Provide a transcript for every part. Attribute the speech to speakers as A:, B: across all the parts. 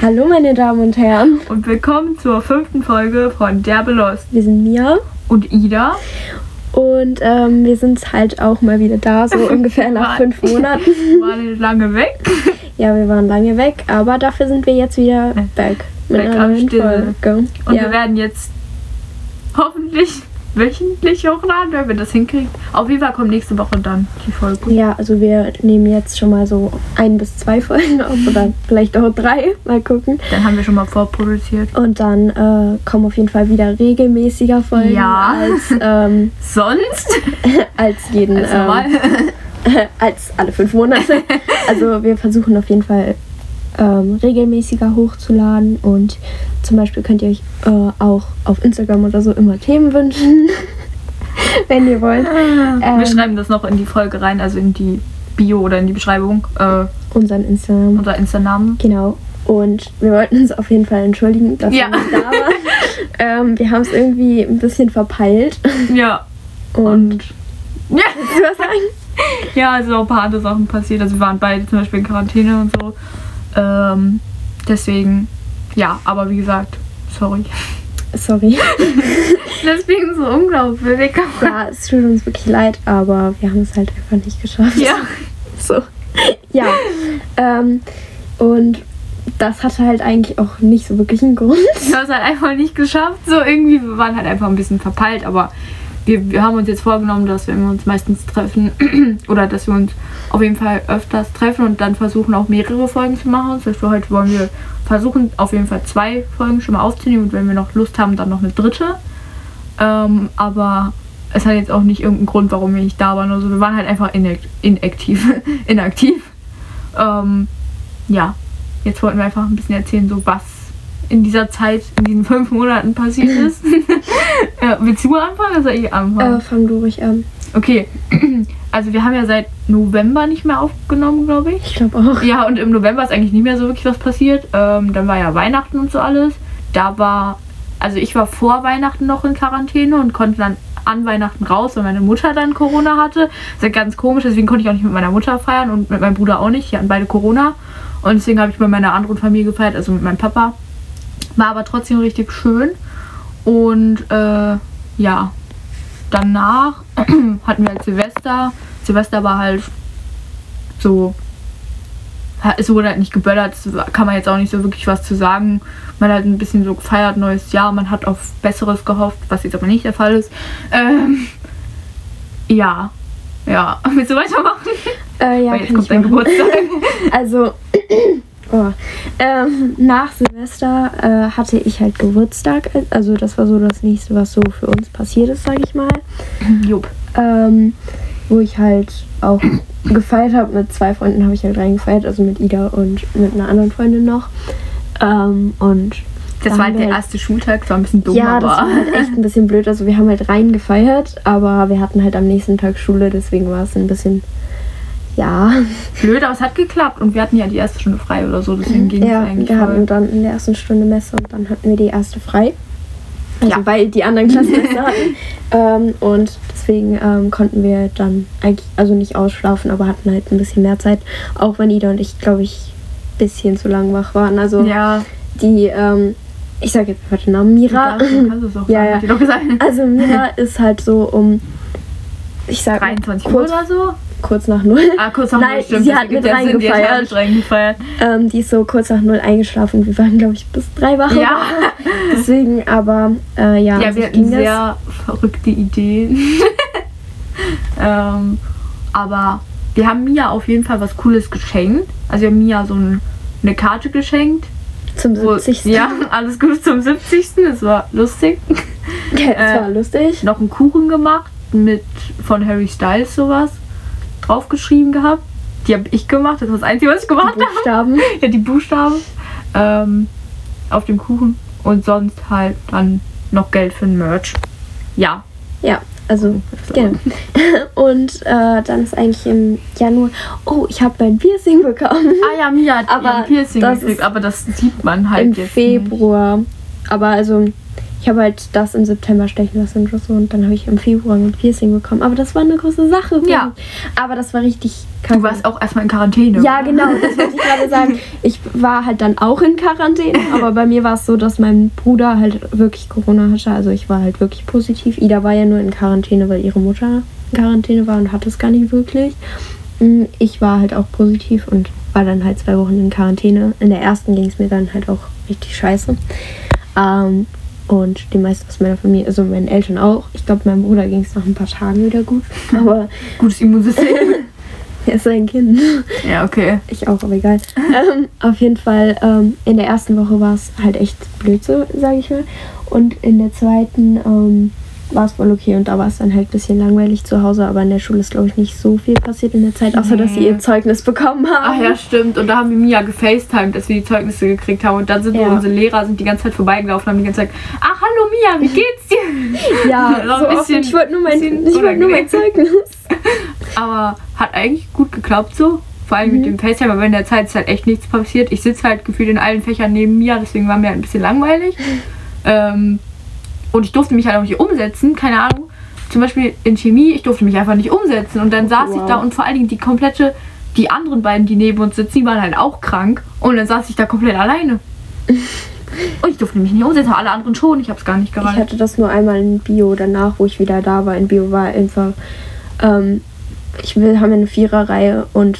A: Hallo meine Damen und Herren,
B: Und willkommen zur fünften Folge von Der Belost.
A: wir sind Mia
B: Und Ida,
A: und ähm, wir sind halt auch mal wieder da, so ungefähr nach fünf Monaten.
B: war nicht lange weg.
A: Ja, wir waren lange weg, aber dafür sind wir jetzt wieder back mit
B: Äh, Back
A: einer
B: am
A: neuen
B: Stissel.
A: Folge.
B: Und wir
A: Ja.
B: werden jetzt hoffentlich wöchentlich hochladen, wenn wir das hinkriegen. Auf jeden Fall kommt nächste Woche dann die Folge.
A: ja, also wir nehmen jetzt schon mal so ein bis zwei Folgen auf oder vielleicht auch drei, mal gucken.
B: Dann haben wir schon mal vorproduziert.
A: Und dann äh, kommen auf jeden Fall wieder regelmäßiger Folgen
B: Ja.
A: als, ähm,
B: Sonst?
A: als jeden
B: Als
A: ähm,
B: normal.
A: als alle fünf Monate. Also wir versuchen auf jeden Fall ähm, regelmäßiger hochzuladen und zum Beispiel könnt ihr euch äh, auch auf Instagram oder so immer Themen wünschen, wenn ihr wollt.
B: Ah,
A: Äh, ähm,
B: wir schreiben das noch in die Folge rein, also in die Bio oder in die Beschreibung. Äh,
A: Unseren Instagram.
B: unser Insta-Namen.
A: Genau. Und wir wollten uns auf jeden Fall entschuldigen, dass
B: Ja.
A: wir nicht da waren. ähm, wir haben es irgendwie ein bisschen verpeilt.
B: Ja.
A: Und
B: Und. Ja.
A: willst du was sagen?
B: Ja, also auch ein paar andere Sachen passiert. Also wir waren beide zum Beispiel in Quarantäne und so. Ähm, deswegen, ja, aber wie gesagt, sorry.
A: Sorry.
B: Deswegen so unglaubwürdig.
A: Ja, es tut uns wirklich leid, aber wir haben es halt einfach nicht geschafft.
B: Ja,
A: So. Ja. Ähm, und das hatte halt eigentlich auch nicht so wirklich einen Grund.
B: wir haben es halt einfach nicht geschafft. So irgendwie, wir waren halt einfach ein bisschen verpeilt, aber wir, wir haben uns jetzt vorgenommen, dass wir uns meistens treffen oder dass wir uns auf jeden Fall öfters treffen und dann versuchen auch mehrere Folgen zu machen. Zum Beispiel heute wollen wir versuchen, auf jeden Fall zwei Folgen schon mal aufzunehmen und wenn wir noch Lust haben, dann noch eine dritte. Ähm, aber es hat jetzt auch nicht irgendeinen Grund, warum wir nicht da waren. Also wir waren halt einfach inek inaktiv. inaktiv. Ähm, ja, jetzt wollten wir einfach ein bisschen erzählen, so was in dieser Zeit, in diesen fünf Monaten passiert ist. ja, willst du anfangen oder soll ich anfangen?
A: Äh, fang du ruhig an.
B: Okay, also wir haben ja seit November nicht mehr aufgenommen, glaube ich.
A: Ich glaube auch.
B: Ja, und im November ist eigentlich nicht mehr so wirklich was passiert. Ähm, dann war ja Weihnachten und so alles. Da war, also ich war vor Weihnachten noch in Quarantäne und konnte dann an Weihnachten raus, weil meine Mutter dann Corona hatte. Das ist ja ganz komisch, deswegen konnte ich auch nicht mit meiner Mutter feiern und mit meinem Bruder auch nicht. Die hatten beide Corona. Und deswegen habe ich bei meiner anderen Familie gefeiert, also mit meinem Papa. War aber trotzdem richtig schön. Und äh, ja, danach hatten wir halt Silvester. Silvester war halt so Ha- es wurde halt nicht geböllert, es war- kann man jetzt auch nicht so wirklich was zu sagen. Man hat ein bisschen so gefeiert, neues Jahr, man hat auf Besseres gehofft, was jetzt aber nicht der Fall ist. Ähm, ja, ja. Willst du weitermachen?
A: Äh, ja, kann
B: Weil jetzt
A: ich
B: kommt dein
A: machen.
B: Geburtstag.
A: Also, oh. ähm, nach Silvester äh, hatte ich halt Geburtstag. Also das war so das nächste, was so für uns passiert ist, sage ich mal.
B: Jupp.
A: Ähm, wo ich halt auch gefeiert habe. Mit zwei Freunden habe ich halt reingefeiert, also mit Ida und mit einer anderen Freundin noch. Ähm, und
B: Das
A: Da
B: war
A: haben
B: halt
A: wir
B: der
A: halt-
B: erste Schultag, es war ein bisschen dumm,
A: Ja, das war
B: aber.
A: halt echt ein bisschen blöd. Also wir haben halt reingefeiert, aber wir hatten halt am nächsten Tag Schule, deswegen war es ein bisschen, ja,
B: Blöd, aber es hat geklappt und wir hatten ja die erste Stunde frei oder so, deswegen ging es
A: ja
B: eigentlich.
A: wir hatten
B: voll.
A: dann in der ersten Stunde Messe und dann hatten wir die erste frei. Also
B: Ja.
A: weil die anderen Klassen Messe hatten. Ähm, und deswegen ähm, konnten wir dann eigentlich, also nicht ausschlafen, aber hatten halt ein bisschen mehr Zeit. Auch wenn Ida und ich, glaube ich, ein bisschen zu lang wach waren. Also
B: Ja,
A: die, ähm, ich sage jetzt einfach den Namen, Mira.
B: du darfst- du kannst es auch
A: Ja,
B: sagen,
A: ja.
B: hat die doch gesagt.
A: Also Mira ist halt so um, ich sag mal,
B: 23 Uhr
A: kurz,
B: oder so?
A: kurz nach null.
B: Ah, kurz nach
A: Nein, sie hat mit reingefeiert.
B: mit reingefeiert.
A: Ähm, die ist so kurz nach null eingeschlafen. Wir waren, glaube ich, bis drei wach.
B: Ja.
A: Deswegen, aber äh, ja,
B: Ja,
A: also
B: wir hatten sehr verrückte Ideen. ähm, aber wir haben Mia auf jeden Fall was Cooles geschenkt. Also wir haben Mia so ein, eine Karte geschenkt.
A: das zum
B: wo-
A: 70.
B: Ja, alles gut zum 70. Das war lustig.
A: Okay, das
B: äh,
A: war lustig.
B: Noch einen Kuchen gemacht mit von Harry Styles sowas draufgeschrieben gehabt. Die habe ich gemacht. Das war das Einzige, was ich gemacht habe.
A: Buchstaben.
B: ja, die Buchstaben ähm, auf dem Kuchen und sonst halt dann noch Geld für ein Merch. Ja.
A: Ja, also genau. Und äh, dann ist eigentlich im Januar. Oh, ich habe mein Piercing bekommen.
B: Ah ja, Mia hat
A: Aber
B: aber Piercing
A: das
B: gekriegt,
A: ist
B: aber das sieht man halt
A: Im
B: jetzt
A: Februar. Aber also, Ich habe halt das im September stechen lassen und so und dann habe ich im Februar ein Piercing bekommen. Aber das war eine große Sache. für
B: Ja.
A: mich. Aber das war richtig kacke.
B: Du warst auch erstmal in Quarantäne.
A: Ja,
B: oder?
A: genau, das wollte ich gerade sagen. Ich war halt dann auch in Quarantäne, aber bei mir war es so, dass mein Bruder halt wirklich Corona hatte. Also ich war halt wirklich positiv. Ida war ja nur in Quarantäne, weil ihre Mutter in Quarantäne war und hatte es gar nicht wirklich. Mm, Ich war halt auch positiv und war dann halt zwei Wochen in Quarantäne. In der ersten ging es mir dann halt auch richtig scheiße. Ähm, und die meisten aus meiner Familie, also meinen Eltern auch. Ich glaube, meinem Bruder ging es nach ein paar Tagen wieder gut. Aber
B: Gutes Immunsystem.
A: er ist ein Kind.
B: ja, okay.
A: Ich auch, aber egal. ähm, auf jeden Fall, ähm, in der ersten Woche war es halt echt blöd, so sage ich mal. Und in der zweiten ähm, war es voll okay und da war es dann halt ein bisschen langweilig zu Hause. Aber in der Schule ist, glaube ich, nicht so viel passiert in der Zeit, außer dass sie
B: Nee.
A: ihr Zeugnis bekommen haben.
B: Ach ja, stimmt. Und da haben wir Mia gefacetimed, dass wir die Zeugnisse gekriegt haben. Und dann sind
A: Ja.
B: unsere Lehrer sind die ganze Zeit vorbeigelaufen und haben die ganze Zeit, ach hallo Mia, wie geht's dir?
A: Ja,
B: War ein
A: so oft.
B: bisschen-
A: ich wollte nur, mein-
B: bisschen
A: ich wollte nur mein
B: unangenehm.
A: Zeugnis.
B: Aber hat eigentlich gut geklappt so. Vor allem mit dem Facetime, aber in der Zeit ist halt echt nichts passiert. Ich sitze halt gefühlt in allen Fächern neben mir, deswegen war mir halt ein bisschen langweilig. ähm, und ich durfte mich halt auch nicht umsetzen, keine Ahnung. Zum Beispiel in Chemie, ich durfte mich einfach nicht umsetzen. Und dann saß ich da
A: Wow.
B: und vor allen Dingen die komplette, die anderen beiden, die neben uns sitzen, die waren halt auch krank. Und dann saß ich da komplett alleine. und ich durfte mich nicht umsetzen, alle anderen schon, ich hab's gar nicht
A: Ich
B: gerallt.
A: hatte das nur einmal in Bio danach, wo ich wieder da war. In Bio war einfach, ähm, ich will, haben wir eine Viererreihe und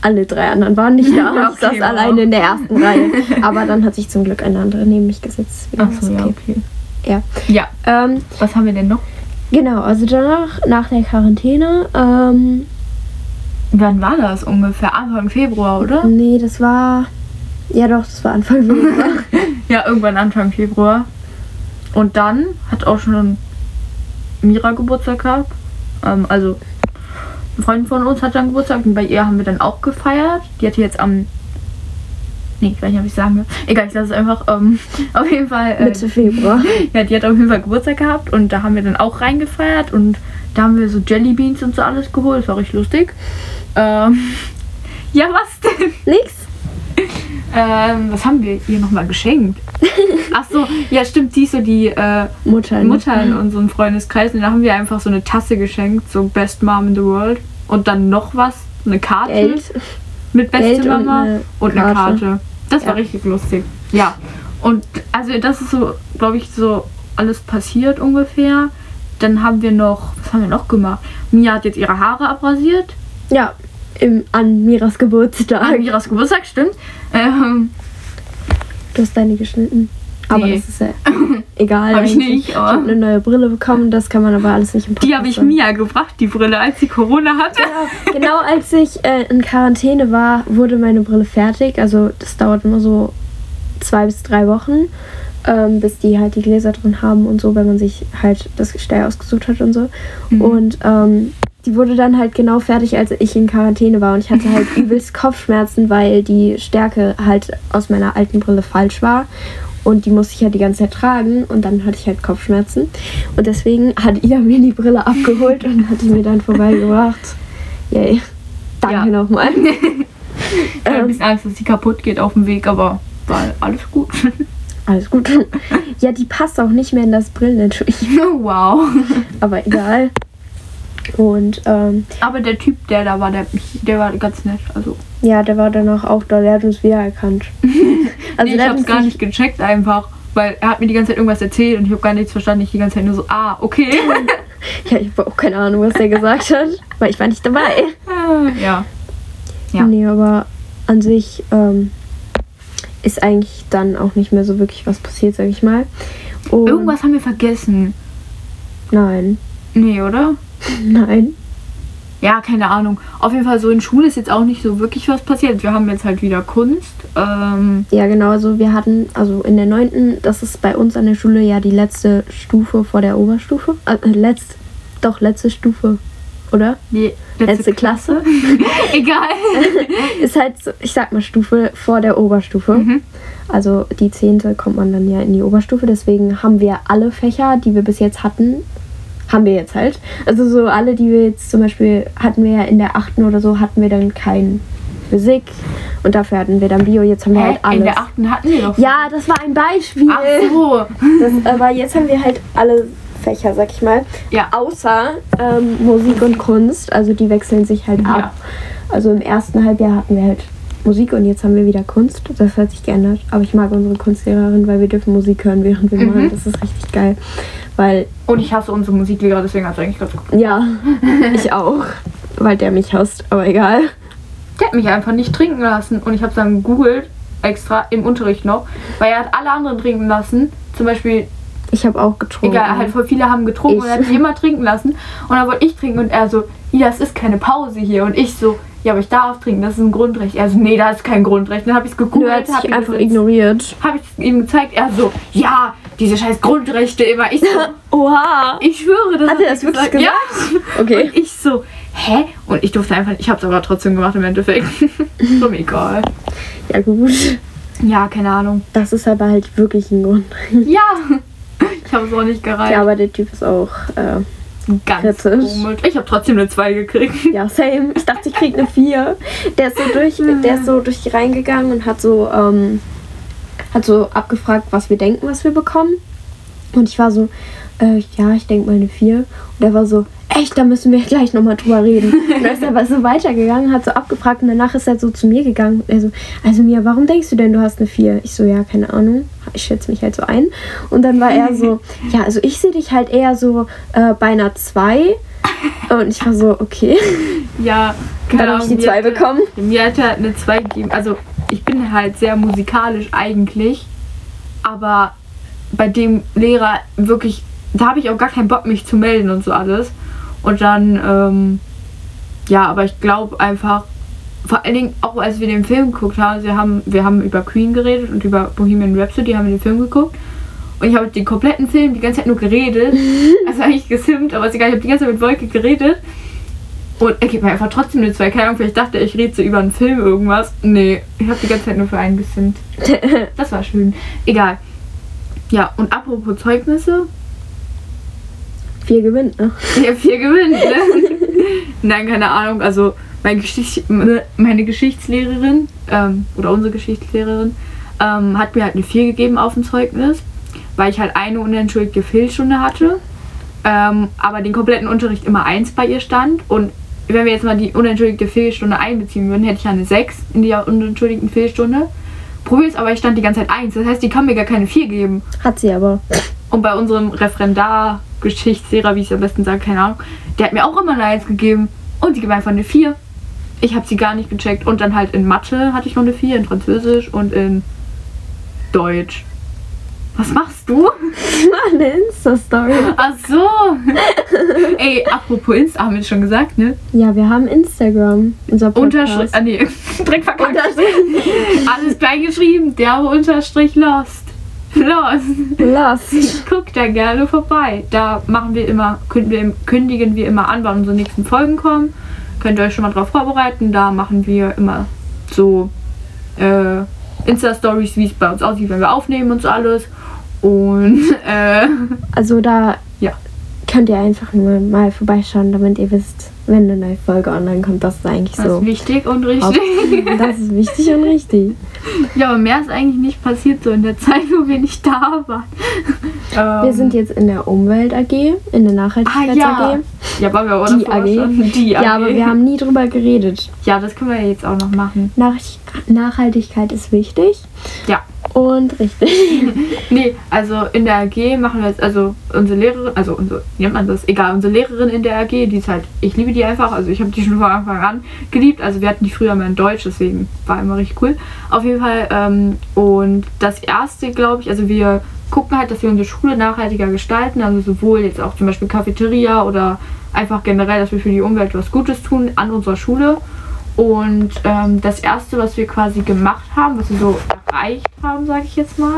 A: alle drei anderen waren nicht da.
B: Ja,
A: ich saß
B: okay, wow.
A: alleine in der ersten Reihe. Aber dann hat sich zum Glück eine andere neben mich gesetzt. deswegen
B: Ach
A: war's
B: so, ja,
A: okay.
B: okay.
A: Ja.
B: Ja,
A: Ähm,
B: was haben wir denn noch?
A: genau, also danach, nach der Quarantäne, ähm,
B: Wann war das ungefähr? Anfang Februar, oder?
A: nee, das war, ja doch, das war Anfang Februar.
B: Ja, irgendwann Anfang Februar. Und dann hat auch schon Mira Geburtstag gehabt. Ähm, also eine Freundin von uns hat dann Geburtstag und bei ihr haben wir dann auch gefeiert. Die hatte jetzt am. Nee, ich weiß nicht, ob ich sagen will. Egal, ich lasse es einfach. Ähm, auf jeden Fall. äh,
A: Mitte Februar.
B: ja, die hat auf jeden Fall Geburtstag gehabt und da haben wir dann auch reingefeiert und da haben wir so Jellybeans und so alles geholt. Das war richtig lustig. Ähm, ja, was denn?
A: Nix?
B: Ähm, was haben wir ihr nochmal geschenkt? Ach so, ja stimmt, die ist so die äh,
A: Mutter. ne?
B: Mutter in unserem Freundeskreis. Und da haben wir einfach so eine Tasse geschenkt, so Best Mom in the World. Und dann noch was, eine Karte
A: Geld.
B: mit Beste
A: Geld und
B: Mama
A: eine
B: und eine
A: Karte.
B: Karte. Das
A: Ja.
B: war richtig lustig. Ja, und also das ist so, glaube ich, so alles passiert ungefähr. Dann haben wir noch, was haben wir noch gemacht? Mia hat jetzt ihre Haare abrasiert.
A: Ja, im, an Miras Geburtstag.
B: An Miras Geburtstag, stimmt. Ähm,
A: Du hast deine geschnitten. Aber
B: Nee.
A: das ist ja egal.
B: Hab ich
A: eigentlich.
B: nicht,
A: Ich
B: aber-
A: habe eine neue Brille bekommen, das kann man aber alles nicht im Podcast
B: Die habe ich
A: sagen.
B: Mia gebracht, die Brille, als sie Corona hatte.
A: Genau, genau als ich äh, in Quarantäne war, wurde meine Brille fertig. Also das dauert immer so zwei bis drei Wochen, ähm, bis die halt die Gläser drin haben und so, wenn man sich halt das Gestell ausgesucht hat und so. Und ähm, die wurde dann halt genau fertig, als ich in Quarantäne war. Und ich hatte halt übelst Kopfschmerzen, weil die Stärke halt aus meiner alten Brille falsch war. Und die musste ich halt die ganze Zeit tragen und dann hatte ich halt Kopfschmerzen. Und deswegen hat Ida mir die Brille abgeholt und hat die mir dann vorbeigebracht. Yay. Danke
B: Ja.
A: nochmal. Ähm,
B: Ich hatte ein bisschen Angst, dass sie kaputt geht auf dem Weg, aber war alles gut.
A: Alles gut. Ja, die passt auch nicht mehr in das Brillen natürlich,
B: wow.
A: aber egal. Und ähm,
B: Aber der Typ, der da war, der, der war ganz nett. Also,
A: ja, der war danach auch da, der hat uns wiedererkannt. Also
B: nee, ich
A: der hat
B: habe
A: uns
B: es gar nicht gecheckt einfach, weil er hat mir die ganze Zeit irgendwas erzählt und ich habe gar nichts verstanden. Ich die ganze Zeit nur so, ah, okay.
A: Ja, ich habe auch keine Ahnung, was der gesagt hat, weil ich war nicht dabei.
B: Äh, ja. Ja.
A: Nee, aber an sich ähm, ist eigentlich dann auch nicht mehr so wirklich was passiert, sag ich mal. Und
B: Irgendwas haben wir vergessen.
A: Nein,
B: Nee, oder?
A: nein.
B: Ja, keine Ahnung. Auf jeden Fall so in Schule ist jetzt auch nicht so wirklich was passiert. Wir haben jetzt halt wieder Kunst. Ähm,
A: Ja, genau, also wir hatten, also in der 9., das ist bei uns an der Schule ja die letzte Stufe vor der Oberstufe. Äh, äh, letzt, doch, letzte Stufe, oder?
B: die
A: Letzte Klasse.
B: Egal.
A: Ist halt, so, ich sag mal, Stufe vor der Oberstufe.
B: Mhm.
A: Also die 10. kommt man dann ja in die Oberstufe. Deswegen haben wir alle Fächer, die wir bis jetzt hatten, haben wir jetzt halt. Also so alle, die wir jetzt zum Beispiel hatten wir ja in der 8. oder so, hatten wir dann keinen. Physik und dafür hatten wir dann Bio. Jetzt haben wir halt
B: In
A: alles.
B: der 8. hatten wir doch.
A: Ja, das war ein Beispiel.
B: Ach so.
A: Das, aber jetzt haben wir halt alle Fächer, sag ich mal.
B: Ja.
A: Außer ähm, Musik und Kunst. Also die wechseln sich halt
B: Ja.
A: ab. Also im ersten Halbjahr hatten wir halt Musik und jetzt haben wir wieder Kunst. Das hat sich geändert. Aber ich mag unsere Kunstlehrerin, weil wir dürfen Musik hören, während
B: Mhm.
A: wir malen. Das ist richtig geil. Weil,
B: Und ich hasse unsere Musiklehrer, deswegen hat es eigentlich ganz gut.
A: ja, ich auch. Weil der mich hasst, aber egal.
B: Der hat mich einfach nicht trinken lassen und ich habe dann gegoogelt, extra im Unterricht noch, weil er hat alle anderen trinken lassen. Zum Beispiel,
A: Ich habe auch getrunken.
B: egal, halt voll viele haben getrunken und er hat
A: Oh. Ich.
B: mich immer trinken lassen. Und dann wollte ich trinken und er so, ja, das ist keine Pause hier. Und ich so, ja, aber ich darf trinken, das ist ein Grundrecht. Er so, nee, das ist kein Grundrecht. Dann habe ich es
A: Nö, er hat
B: gegoogelt,
A: sich
B: habe
A: einfach ignoriert.
B: hab ich's ihm gezeigt. Er so, ja, diese scheiß Grundrechte immer. Ich so,
A: Oha.
B: ich schwöre, das
A: Hat er das wirklich gesagt?
B: Ja.
A: Okay.
B: Und ich so, hä? Und ich durfte einfach, ich hab's aber trotzdem gemacht im Endeffekt. so mir egal.
A: Ja, gut.
B: Ja, keine Ahnung.
A: Das ist aber halt wirklich ein Grund.
B: Ja. Ich habe es auch nicht gereicht.
A: Ja, aber der Typ ist auch. Äh,
B: Ganz
A: kritisch.
B: komisch. Ich habe trotzdem eine 2 gekriegt.
A: Ja, same. Ich dachte, ich krieg eine 4. Der ist so durch, der ist so durch die reingegangen und hat so, ähm, hat so abgefragt, was wir denken, was wir bekommen. Und ich war so, äh, ja, ich denke mal eine 4. Und er war so, echt, da müssen wir gleich nochmal drüber reden. Und dann ist er aber so weitergegangen, hat so abgefragt und danach ist er so zu mir gegangen. Und er so, also Mia, warum denkst du denn, du hast eine 4? Ich so, ja, keine Ahnung. Ich schätze mich halt so ein. Und dann war er so, ja, also ich sehe dich halt eher so äh, bei einer 2. Und ich war so, okay.
B: Ja,
A: Dann hab ich die
B: mir
A: zwei
B: hatte-
A: bekommen.
B: Mir hat er eine 2 gegeben. Also, ich bin halt sehr musikalisch eigentlich. Aber bei dem Lehrer wirklich, da habe ich auch gar keinen Bock, mich zu melden und so alles. Und dann, ähm, ja, aber ich glaube einfach, vor allen Dingen auch als wir den Film geguckt haben, wir haben, wir haben über Queen geredet und über Bohemian Rhapsody haben wir den Film geguckt. Und ich habe den kompletten Film die ganze Zeit nur geredet. Also eigentlich gesimt, aber ist egal, ich habe die ganze Zeit mit Wolke geredet. Und er gibt mir einfach trotzdem eine zwei Keine Ahnung, vielleicht dachte er, ich rede so über einen Film irgendwas. Nee, ich habe die ganze Zeit nur für einen gesimt. Das war schön. Egal. Ja, und apropos Zeugnisse,
A: Viel gewinnt, ne?
B: ich habe viel gewinnt. Ne? Nein, keine Ahnung. Also mein Geschichts meine Geschichtslehrerin ähm, oder unsere Geschichtslehrerin ähm, hat mir halt eine 4 gegeben auf dem Zeugnis, weil ich halt eine unentschuldigte Fehlstunde hatte, ähm, aber den kompletten Unterricht immer 1 bei ihr stand. Und wenn wir jetzt mal die unentschuldigte Fehlstunde einbeziehen würden, hätte ich ja eine 6 in die unentschuldigten Fehlstunde. Probier's, aber ich stand die ganze Zeit 1. Das heißt, die kann mir gar keine 4 geben.
A: Hat sie aber.
B: Und bei unserem Referendar, Geschichtslehrer, wie ich es am besten sage, keine Ahnung, der hat mir auch immer eine 1 gegeben. Und die geben einfach eine 4. Ich habe sie gar nicht gecheckt. Und dann halt in Mathe hatte ich noch eine 4, in Französisch und in Deutsch. Was machst du?
A: Eine Insta-Story.
B: Ach so. Ey, apropos Insta, haben wir schon gesagt, ne?
A: Ja, wir haben Instagram. Unser
B: Unterstrich.
A: Podcast.
B: Ah, nee. Direkt verkackt. also-
A: Unterstrich.
B: Alles klein geschrieben. Derbe Unterstrich Lost. Lost.
A: Lost.
B: Guckt da gerne vorbei. Da machen wir immer, kün- wir- kündigen wir immer an, wann unsere nächsten Folgen kommen. Könnt ihr euch schon mal drauf vorbereiten. Da machen wir immer so äh, Insta-Stories, wie es bei uns aussieht, wenn wir aufnehmen und so alles. Und äh,
A: Also da
B: Ja.
A: könnt ihr einfach nur mal vorbeischauen, damit ihr wisst, wenn eine neue Folge online kommt. Das ist eigentlich
B: das ist
A: so.
B: wichtig und richtig.
A: Das ist wichtig und richtig.
B: Ja, aber mehr ist eigentlich nicht passiert so in der Zeit, wo wir nicht da waren. Ähm,
A: Wir sind jetzt in der Umwelt AG, in der
B: ah,
A: Nachhaltigkeits
B: ja.
A: AG.
B: Ja, waren wir auch
A: Die
B: davor
A: AG.
B: schon. Die AG.
A: Ja, aber wir haben nie drüber geredet.
B: ja, das können wir ja jetzt auch noch machen.
A: Nach Nachhaltigkeit ist wichtig
B: Ja.
A: und richtig.
B: Nee, also in der AG machen wir jetzt, also unsere Lehrerin, also unsere, wie nennt man das? Egal, unsere Lehrerin in der AG, die ist halt, ich liebe die einfach, also ich habe die schon von Anfang an geliebt, also wir hatten die früher mal in Deutsch, deswegen war immer richtig cool. Auf jeden Fall, ähm, und das erste, glaube ich, also wir gucken halt, dass wir unsere Schule nachhaltiger gestalten, also sowohl jetzt auch zum Beispiel Cafeteria oder einfach generell, dass wir für die Umwelt was Gutes tun an unserer Schule. Und ähm, das erste, was wir quasi gemacht haben, was wir so erreicht haben, sage ich jetzt mal,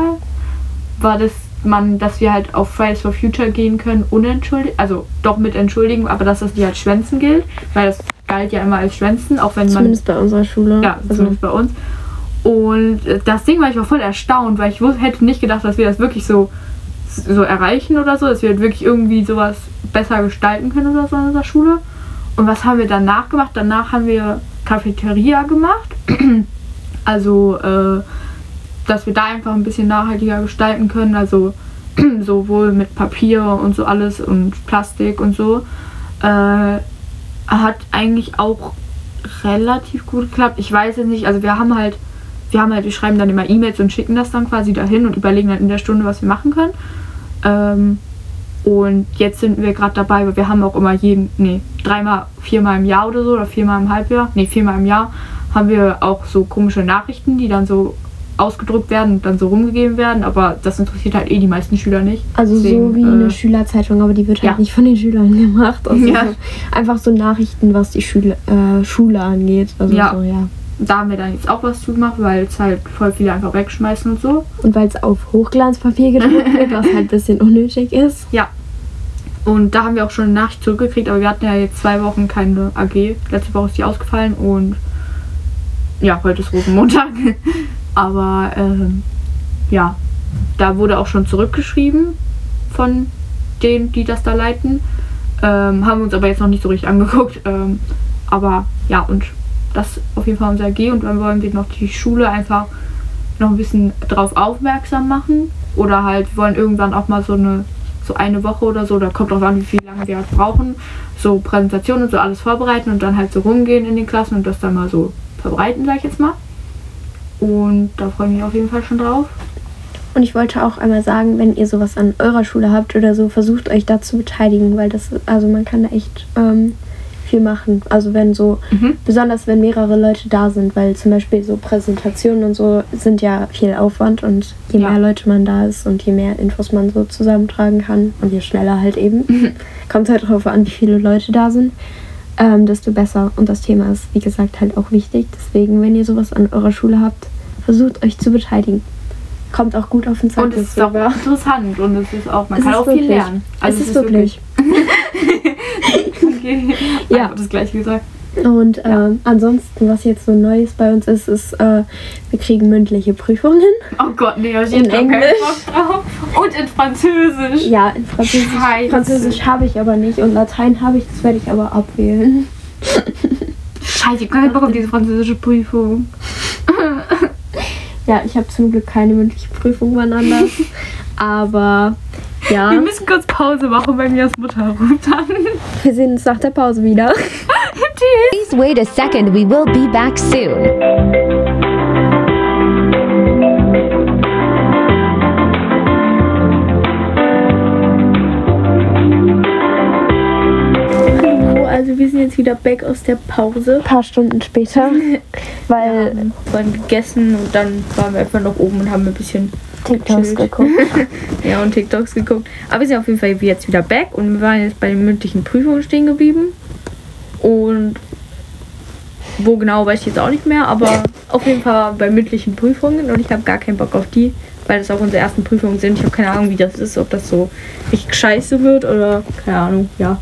B: war das man, dass wir halt auf Fridays for Future gehen können, unentschuldigt, also doch mit Entschuldigung, aber dass das nicht als Schwänzen gilt, weil das galt ja immer als Schwänzen, auch wenn man
A: Zumindest bei unserer Schule.
B: ja,
A: also,
B: zumindest bei uns. Und äh, das Ding war, ich war voll erstaunt, weil ich wus- hätte nicht gedacht, dass wir das wirklich so, so erreichen oder so, dass wir halt wirklich irgendwie sowas besser gestalten können oder so in unserer Schule. Und was haben wir danach gemacht? Danach haben wir Cafeteria gemacht. also, äh, dass wir da einfach ein bisschen nachhaltiger gestalten können. Also sowohl mit Papier und so alles und Plastik und so. Äh, hat eigentlich auch relativ gut geklappt. Ich weiß jetzt nicht, also wir haben halt, wir haben halt, wir schreiben dann immer E-Mails und schicken das dann quasi dahin und überlegen dann in der Stunde, was wir machen können. Ähm, und jetzt sind wir gerade dabei, weil wir haben auch immer jeden, nee, dreimal, viermal im Jahr oder so, oder viermal im Halbjahr, nee, viermal im Jahr, haben wir auch so komische Nachrichten, die dann so ausgedruckt werden und dann so rumgegeben werden, aber das interessiert halt eh die meisten Schüler nicht.
A: Also
B: Deswegen,
A: so wie
B: äh,
A: eine Schülerzeitung, aber die wird halt
B: ja.
A: nicht von den Schülern gemacht. Also
B: Ja.
A: Einfach so Nachrichten, was die Schule, äh, Schule angeht. Also
B: Ja.
A: So, ja.
B: Da haben wir dann jetzt auch was zu gemacht, weil es halt voll viele einfach wegschmeißen und so.
A: Und weil es auf Hochglanzpapier gedruckt wird, was halt ein bisschen unnötig ist.
B: Und da haben wir auch schon eine Nachricht zurückgekriegt, aber wir hatten ja jetzt zwei Wochen keine AG. Letzte Woche ist die ausgefallen und ja, heute ist Rosenmontag. aber ähm, ja, da wurde auch schon zurückgeschrieben von denen, die das da leiten. Ähm, haben wir uns aber jetzt noch nicht so richtig angeguckt. Ähm, aber ja, und das ist auf jeden Fall unser AG und dann wollen wir noch die Schule einfach noch ein bisschen drauf aufmerksam machen. Oder halt, wir wollen irgendwann auch mal so eine so eine Woche oder so, da kommt drauf an, wie viel lange wir halt brauchen, so Präsentationen und so alles vorbereiten und dann halt so rumgehen in den Klassen und das dann mal so verbreiten, sag ich jetzt mal. Und da freue ich mich auf jeden Fall schon drauf.
A: Und ich wollte auch einmal sagen, wenn ihr sowas an eurer Schule habt oder so, versucht euch da zu beteiligen, weil das, also man kann da echt ähm, viel machen. Also wenn so,
B: Mhm.
A: besonders wenn mehrere Leute da sind, weil zum Beispiel so Präsentationen und so sind ja viel Aufwand und je
B: Ja.
A: mehr Leute man da ist und je mehr Infos man so zusammentragen kann und je schneller halt eben, kommt halt drauf an, wie viele Leute da sind. Ähm, desto besser. Und das Thema ist, wie gesagt, halt auch wichtig. Deswegen, wenn ihr sowas an eurer Schule habt, versucht euch zu beteiligen. Kommt auch gut auf den Zeitpunkt.
B: Und es ist auch interessant und es ist auch, man
A: Es
B: kann
A: ist
B: auch viel
A: wirklich-
B: lernen. Also
A: es ist wirklich.
B: Okay.
A: Ja.
B: Ja. das gleiche gesagt.
A: Und ähm, ansonsten, was jetzt so Neues bei uns ist, ist, äh, wir kriegen mündliche Prüfungen.
B: Oh Gott, nee, ich
A: In
B: hätte keinen
A: Englisch.
B: Bock drauf. Und in Französisch.
A: Ja, in Französisch.
B: Scheiße.
A: Französisch habe ich aber nicht und Latein habe ich, das werde ich aber abwählen.
B: Scheiße, ich habe keinen Bock auf diese französische Prüfung.
A: Ja, ich habe zum Glück keine mündliche Prüfung wann anders. aber ja,
B: Wir müssen kurz Pause machen, weil Mias Mutter ruft an.
A: wir sehen uns nach der Pause wieder.
C: Please wait a second, we will be back soon.
D: Hallo, also wir sind jetzt wieder back aus der Pause.
A: Ein paar Stunden später, weil
D: Vorhin gegessen und dann waren wir einfach noch oben und haben ein bisschen
A: TikToks
D: Schild.
A: geguckt.
D: ja, und TikToks geguckt. Aber wir sind auf jeden Fall jetzt wieder back und wir waren jetzt bei den mündlichen Prüfungen stehen geblieben. Und wo genau weiß ich jetzt auch nicht mehr, aber auf jeden Fall bei mündlichen Prüfungen und ich habe gar keinen Bock auf die, weil das auch unsere ersten Prüfungen sind. Ich habe keine Ahnung, wie das ist, ob das so richtig scheiße wird oder keine Ahnung, ja.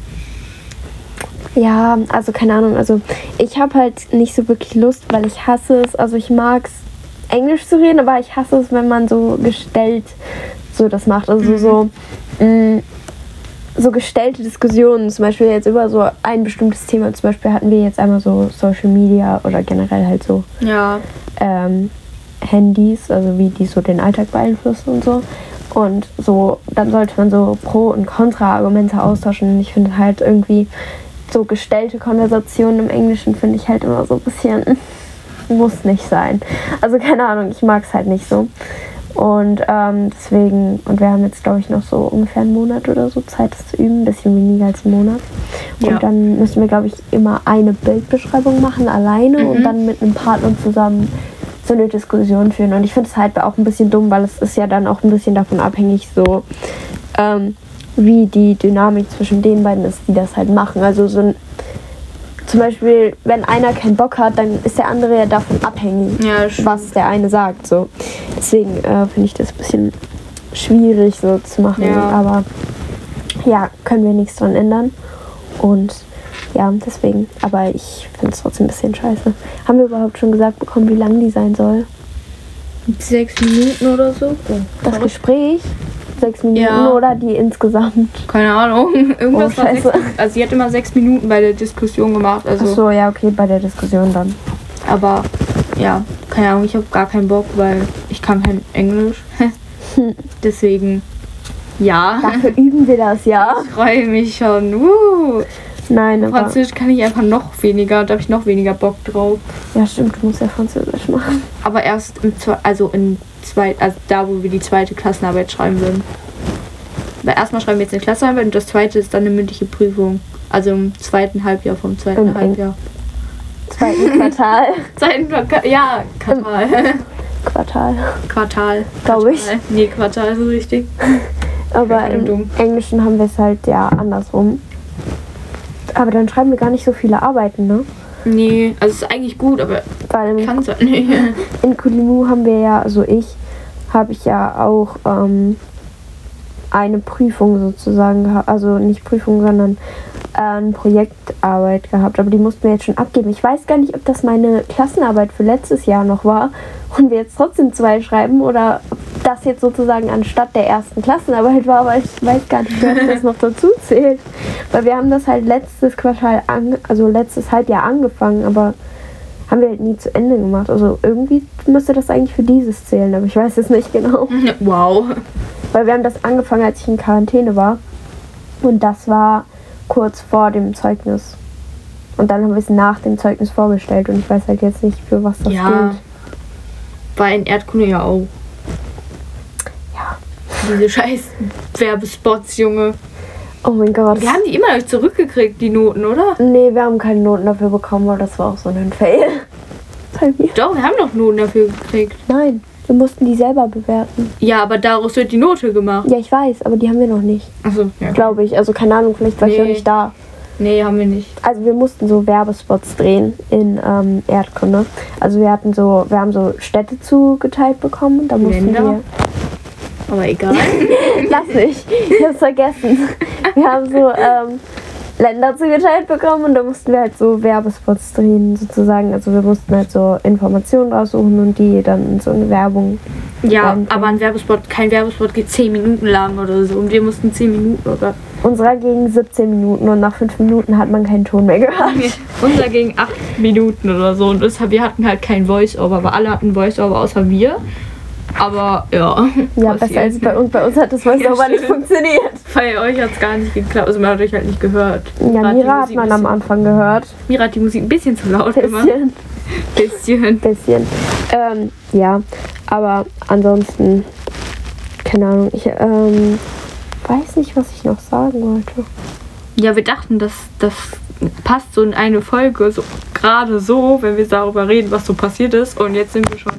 A: Ja, also keine Ahnung. Also ich habe halt nicht so wirklich Lust, weil ich hasse es. Also ich mag es, Englisch zu reden, aber ich hasse es, wenn man so gestellt so das macht. Also so, mh, so gestellte Diskussionen, zum Beispiel jetzt über so ein bestimmtes Thema. Zum Beispiel hatten wir jetzt einmal so Social Media oder generell halt so
D: Ja,
A: ähm, Handys, also wie die so den Alltag beeinflussen und so. Und so, dann sollte man so Pro- und Kontra-Argumente austauschen. Und ich finde halt irgendwie so gestellte Konversationen im Englischen finde ich halt immer so ein bisschen, muss nicht sein. Also keine Ahnung, ich mag es halt nicht so. Und ähm, deswegen, und wir haben jetzt, glaube ich, noch so ungefähr einen Monat oder so Zeit, das zu üben, ein bisschen weniger als einen Monat. Und
D: Ja.
A: dann müssen wir, glaube ich, immer eine Bildbeschreibung machen, alleine und dann mit einem Partner zusammen so eine Diskussion führen. Und ich finde es halt auch ein bisschen dumm, weil es ist ja dann auch ein bisschen davon abhängig, so ähm, wie die Dynamik zwischen den beiden ist, die das halt machen. Also so ein, zum Beispiel, wenn einer keinen Bock hat, dann ist der andere ja davon abhängig,
D: Ja, stimmt.
A: was der eine sagt. So. Deswegen äh, finde ich das ein bisschen schwierig so zu machen.
D: Ja.
A: Aber ja, können wir nichts dran ändern. Und ja, deswegen. Aber ich finde es trotzdem ein bisschen scheiße. Haben wir überhaupt schon gesagt bekommen, wie lang die sein soll?
D: sechs Minuten oder so. Oh,
A: Das Gespräch? Sechs Minuten
B: Ja.
A: oder die insgesamt?
B: Keine Ahnung. Irgendwas
A: Oh,
B: war sechs,
A: scheiße.
B: Also sie hat immer sechs Minuten bei der Diskussion gemacht. Also,
A: Ach so, ja, okay, bei der Diskussion dann.
B: aber ja, keine Ahnung, ich habe gar keinen Bock, weil ich kann kein Englisch. Deswegen, ja,
A: Dafür üben wir das, ja.
B: ich freue mich schon. Uh,
A: Nein, aber.
B: Französisch kann ich einfach noch weniger, da habe ich noch weniger Bock drauf.
A: Ja, stimmt, du musst ja Französisch machen.
B: Aber erst im Zwe also in zwei, also da, wo wir die zweite Klassenarbeit schreiben würden. Weil erstmal schreiben wir jetzt eine Klassenarbeit und das zweite ist dann eine mündliche Prüfung. Also im zweiten Halbjahr vom zweiten
A: Im Eng-
B: Halbjahr.
A: Zweiten Quartal.
B: Zweiten Quartal. Ja, Quartal.
A: Quartal,
B: Quartal.
A: glaube ich.
B: Nee, Quartal ist so richtig.
A: Aber
B: bin
A: im
B: dumm.
A: Englischen haben wir es halt ja andersrum. Aber dann schreiben wir gar nicht so viele Arbeiten, ne?
B: Nee, also es ist eigentlich gut, aber
A: Weil im
B: kann es halt nicht.
A: in Kulimu haben wir ja, also ich, habe ich ja auch ähm, eine Prüfung sozusagen gehabt. Also nicht Prüfung, sondern äh, eine Projektarbeit gehabt. Aber die mussten wir jetzt schon abgeben. Ich weiß gar nicht, ob das meine Klassenarbeit für letztes Jahr noch war und wir jetzt trotzdem zwei schreiben oder ob das jetzt sozusagen anstatt der ersten Klassenarbeit war, weil ich weiß gar nicht, ob das noch dazu zählt. Weil wir haben das halt letztes Quartal, an, also letztes Halbjahr angefangen, aber haben wir halt nie zu Ende gemacht. Also irgendwie müsste das eigentlich für dieses zählen, aber ich weiß es nicht genau.
B: Wow.
A: Weil wir haben das angefangen, als ich in Quarantäne war. Und das war kurz vor dem Zeugnis. Und dann haben wir es nach dem Zeugnis vorgestellt und ich weiß halt jetzt nicht, für was das
B: Ja.
A: gilt.
B: War in Erdkunde ja auch.
A: Ja.
B: Diese scheiß Werbespots, Junge.
A: Oh mein Gott.
B: Wir haben die immer noch nicht zurückgekriegt, die Noten, oder?
A: nee, wir haben keine Noten dafür bekommen, weil das war auch so ein Fail. Bei mir.
B: Doch, wir haben noch Noten dafür gekriegt.
A: Nein, wir mussten die selber bewerten.
B: Ja, aber daraus wird die Note gemacht.
A: Ja, ich weiß, aber die haben wir noch nicht.
B: Achso, ja.
A: Glaube ich. Also keine Ahnung, vielleicht war ich noch
B: Nee.
A: nicht da.
B: Nee, haben wir nicht.
A: also wir mussten so Werbespots drehen in ähm, Erdkunde. Also wir hatten so, wir haben so Städte zugeteilt bekommen und da mussten
B: Länder? Aber egal.
A: wir. Lass mich, ich hab's vergessen. Wir haben so ähm, Länder zugeteilt bekommen und da mussten wir halt so Werbespots drehen sozusagen. Also wir mussten halt so Informationen raussuchen und die dann in so eine Werbung.
B: ja,
A: Dann-
B: aber ein Werbespot, kein Werbespot geht 10 Minuten lang oder so. Und wir mussten 10 Minuten oder.
A: Unserer ging 17 Minuten und nach 5 Minuten hat man keinen Ton mehr gehört.
B: Unser ging 8 Minuten oder so. Und deshalb, wir hatten halt kein Voice-Over, aber alle hatten Voice-Over außer wir. Aber ja.
A: Ja,
B: passiert.
A: besser als bei uns. Bei uns hat das Voice
B: Ja,
A: aber nicht
B: stimmt.
A: funktioniert.
B: Bei euch hat es gar nicht geklappt. Also man hat euch halt nicht gehört.
A: Ja,
B: hat die
A: Mira hat
B: Musik
A: man
B: ein
A: am Anfang gehört.
B: bisschen- Mira hat die Musik ein bisschen zu laut gemacht.
A: Bisschen.
B: Bisschen.
A: bisschen. Ähm, ja, aber ansonsten, keine Ahnung, ich ähm, weiß nicht, was ich noch sagen wollte.
B: Ja, wir dachten, das, das passt so in eine Folge, so gerade so, wenn wir darüber reden, was so passiert ist. Und jetzt sind wir schon.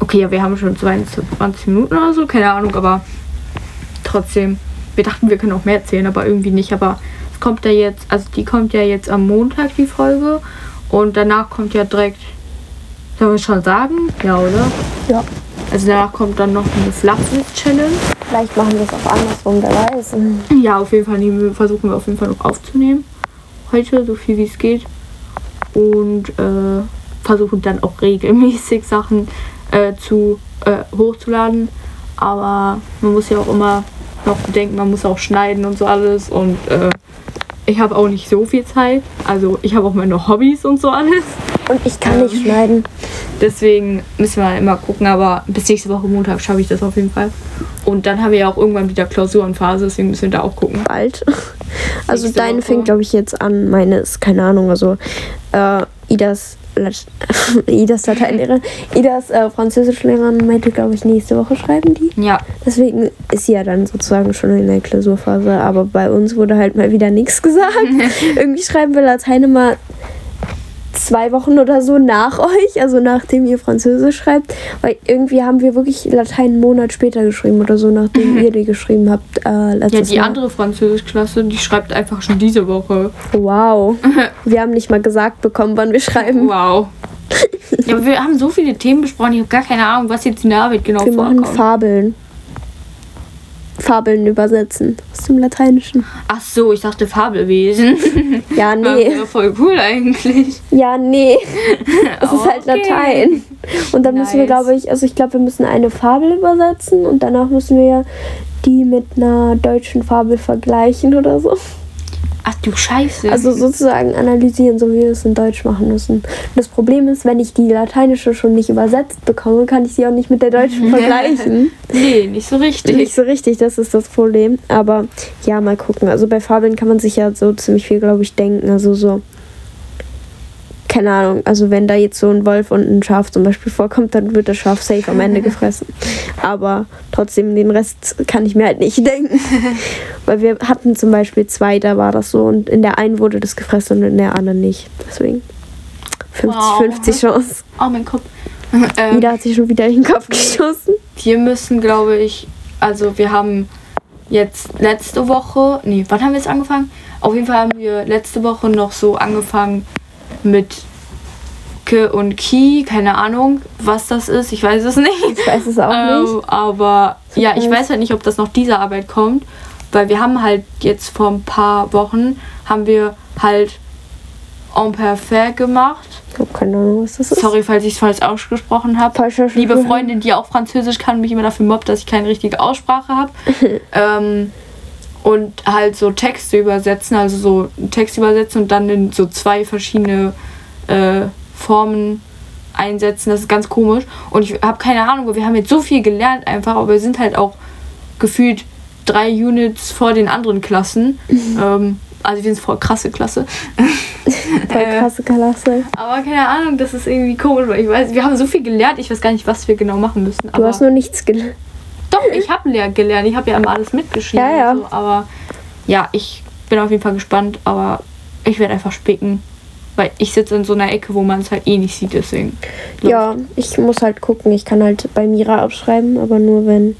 B: Okay, ja, wir haben schon 22 Minuten oder so, keine Ahnung, aber trotzdem. Wir dachten, wir können auch mehr erzählen, aber irgendwie nicht. Aber es kommt ja jetzt, also die kommt ja jetzt am Montag, die Folge. Und danach kommt ja direkt. Sollen wir es schon sagen? Ja, oder?
A: Ja.
B: Also danach kommt dann noch eine Flachwitz-Challenge.
A: Vielleicht machen wir es auch andersrum, wer weiß.
B: Ja, auf jeden Fall nehmen wir, versuchen wir auf jeden Fall noch aufzunehmen. Heute, so viel wie es geht. Und äh, versuchen dann auch regelmäßig Sachen äh, zu äh, hochzuladen. Aber man muss ja auch immer noch bedenken, man muss auch schneiden und so alles. Und äh, ich habe auch nicht so viel Zeit. Also ich habe auch meine Hobbys und so alles.
A: Und ich kann nicht schneiden.
B: Deswegen müssen wir immer gucken, aber bis nächste Woche Montag schaffe ich das auf jeden Fall. Und dann haben wir ja auch irgendwann wieder Klausurenphase, deswegen müssen wir da auch gucken.
A: Bald. Also
B: Nächste
A: deine
B: Woche.
A: fängt, glaube ich, jetzt an. Meine ist, keine Ahnung, also äh, Idas, Lat- Idas Lateinlehrerin, Idas äh, Französischlehrerin meinte, glaube ich, nächste Woche schreiben die.
B: Ja,
A: Deswegen ist sie ja dann sozusagen schon in der Klausurphase. Aber bei uns wurde halt mal wieder nichts gesagt. Irgendwie schreiben wir Latein immer zwei Wochen oder so nach euch, also nachdem ihr Französisch schreibt. Weil irgendwie haben wir wirklich Latein einen Monat später geschrieben oder so, nachdem ihr die geschrieben habt. Äh,
B: Mhm. Ja,
A: letztes
B: die
A: Mal.
B: andere Französischklasse, die schreibt einfach schon diese Woche.
A: Wow. Wir haben nicht mal gesagt bekommen, wann wir schreiben.
B: Wow. Hm. ja, aber wir haben so viele Themen besprochen, ich habe gar keine Ahnung, was jetzt in der Arbeit genau
A: Wir machen
B: vorkommt.
A: Fabeln. Fabeln übersetzen. Aus dem Lateinischen.
B: Ach so, ich dachte Fabelwesen.
A: Ja, nee.
B: Wäre voll cool eigentlich.
A: Ja, nee. Es ist halt
B: Okay.
A: Latein. Und dann müssen wir,
B: Nice.
A: glaube ich, also ich glaube, wir müssen eine Fabel übersetzen und danach müssen wir die mit einer deutschen Fabel vergleichen oder so.
B: Mhm. Ach du Scheiße.
A: Also sozusagen analysieren, so wie wir es in Deutsch machen müssen. Das Problem ist, wenn ich die lateinische schon nicht übersetzt bekomme, kann ich sie auch nicht mit der deutschen vergleichen.
B: nee, nicht so richtig.
A: Nicht so richtig, das ist das Problem. Aber ja, mal gucken. Also bei Fabeln kann man sich ja so ziemlich viel, glaube ich, denken. Also so. Keine Ahnung. Also wenn da jetzt so ein Wolf und ein Schaf zum Beispiel vorkommt, dann wird das Schaf safe am Ende gefressen. Aber trotzdem, den Rest kann ich mir halt nicht denken. Weil wir hatten zum Beispiel zwei, da war das so. Und in der einen wurde das gefressen und in der anderen nicht. Deswegen. 50-50 Chance.
B: Oh, mein Kopf. Ähm,
A: Ida hat sich schon wieder in den Kopf geschossen.
B: Wir müssen, glaube ich, also wir haben jetzt letzte Woche, nee, wann haben wir jetzt angefangen? Auf jeden Fall haben wir letzte Woche noch so angefangen mit Ke und Ki, keine Ahnung, was das ist, ich weiß es nicht.
A: Ich weiß es auch nicht.
B: Ähm, aber ja, ich
A: Surprise.
B: weiß halt nicht, ob das noch dieser Arbeit kommt, weil wir haben halt jetzt vor ein paar Wochen haben wir halt en perfekt gemacht.
A: Ich habe keine Ahnung, was das ist.
B: Sorry, falls ich es falsch ausgesprochen habe.
A: Falscher Schwur.
B: Liebe Freundin, die auch Französisch kann, mich immer dafür mobbt, dass ich keine richtige Aussprache habe. ähm, und halt so Texte übersetzen, also so einen Text übersetzen und dann in so zwei verschiedene äh, Formen einsetzen. Das ist ganz komisch. Und ich habe keine Ahnung, wir haben jetzt so viel gelernt einfach, aber wir sind halt auch gefühlt drei Units vor den anderen Klassen. ähm, also wir sind voll krasse Klasse.
A: Voll
B: Äh,
A: krasse Klasse.
B: Aber keine Ahnung, das ist irgendwie komisch, weil ich weiß, wir haben so viel gelernt, ich weiß gar nicht, was wir genau machen müssen.
A: Du
B: aber
A: hast nur nichts gelernt.
B: doch, ich habe gelernt, ich habe ja immer alles mitgeschrieben.
A: Ja, ja.
B: Und so, aber ja, ich bin auf jeden Fall gespannt, aber ich werde einfach spicken. Weil ich sitze in so einer Ecke, wo man es halt eh nicht sieht, deswegen.
A: Ja, ich muss halt gucken. Ich kann halt bei Mira abschreiben, aber nur wenn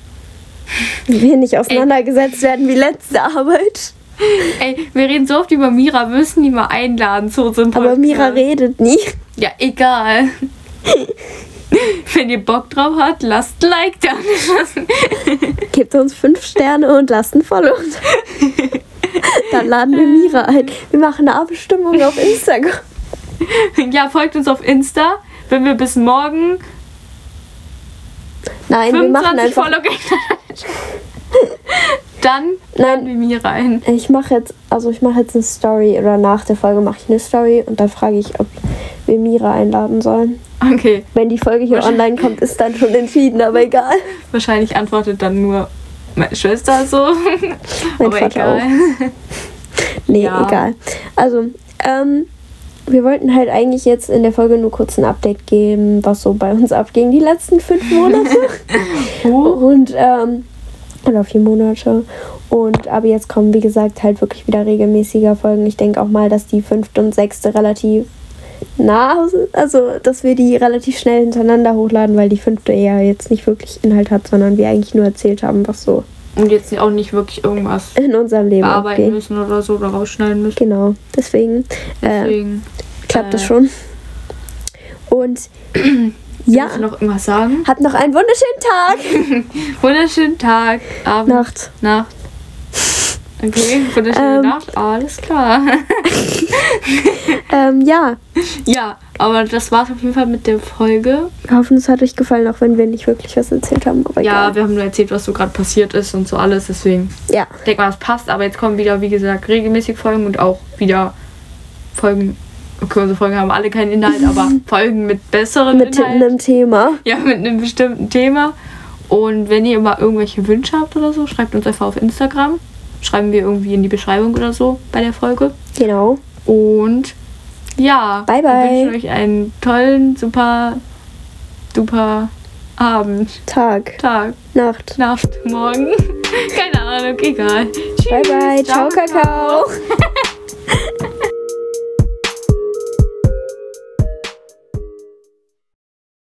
A: wir nicht auseinandergesetzt werden wie letzte Arbeit.
B: Ey, wir reden so oft über Mira, wir müssen die mal einladen zu unserem
A: Aber
B: Podcast.
A: Mira redet nie.
B: Ja, egal. Wenn ihr Bock drauf habt, lasst ein Like da.
A: Gebt uns fünf Sterne und lasst ein Follow. Dann laden wir Mira ein.
B: Ähm.
A: Wir machen eine Abstimmung auf Instagram.
B: ja, folgt uns auf Insta. Wenn wir bis morgen
A: Nein, wir machen
B: 25
A: einfach.
B: Follower geknallt. Dann
A: Nein.
B: laden wir mir rein.
A: Ich mache jetzt, also ich mache jetzt eine Story oder nach der Folge mache ich eine Story und dann frage ich, ob wir Mira einladen sollen.
B: Okay,
A: Wenn die Folge hier online kommt, ist dann schon entschieden, aber egal.
B: wahrscheinlich antwortet dann nur meine Schwester so.
A: Mein
B: Aber
A: Vater
B: egal.
A: Nee,
B: Ja.
A: egal. Also, ähm, wir wollten halt eigentlich jetzt in der Folge nur kurz ein Update geben, was so bei uns abging die letzten fünf Monate. Und, ähm, oder vier Monate. Und aber jetzt kommen, wie gesagt, halt wirklich wieder regelmäßiger Folgen. Ich denke auch mal, dass die fünfte und sechste relativ nah sind. Also, dass wir die relativ schnell hintereinander hochladen, weil die fünfte eher jetzt nicht wirklich Inhalt hat, sondern wir eigentlich nur erzählt haben, was so
B: Und jetzt auch nicht wirklich irgendwas
A: in unserem Leben
B: bearbeiten
A: abgeht.
B: müssen oder so oder rausschneiden müssen.
A: Genau, deswegen. Äh,
B: Deswegen
A: klappt das
B: Äh.
A: schon. Und ja,
B: Willst du noch irgendwas sagen?
A: habt noch einen wunderschönen Tag.
B: Wunderschönen Tag, Abend,
A: Nacht.
B: Nacht. Okay, wunderschöne
A: Ähm.
B: Nacht, alles klar.
A: Ähm, ja,
B: ja, aber das war's auf jeden Fall mit der Folge.
A: wir hoffen, es hat euch gefallen, auch wenn wir nicht wirklich was erzählt haben. Aber
B: Ja,
A: egal.
B: wir haben nur erzählt, was so gerade passiert ist und so alles, deswegen.
A: ja,
B: Ich denke mal, es passt, aber jetzt kommen wieder, wie gesagt, regelmäßig Folgen und auch wieder Folgen. Okay, unsere Folgen haben alle keinen Inhalt, aber Folgen mit besseren
A: mit
B: Inhalt.
A: einem Thema.
B: Ja, mit einem bestimmten Thema. Und wenn ihr mal irgendwelche Wünsche habt oder so, schreibt uns einfach auf Instagram. Schreiben wir irgendwie in die Beschreibung oder so bei der Folge.
A: Genau.
B: Und ja,
A: Bye, bye.
B: wir wünschen euch einen tollen, super, super Abend,
A: Tag,
B: Tag,
A: Nacht.
B: Nacht, Morgen. Keine Ahnung, egal. Tschüss.
A: Bye, bye. Ciao, Kakao.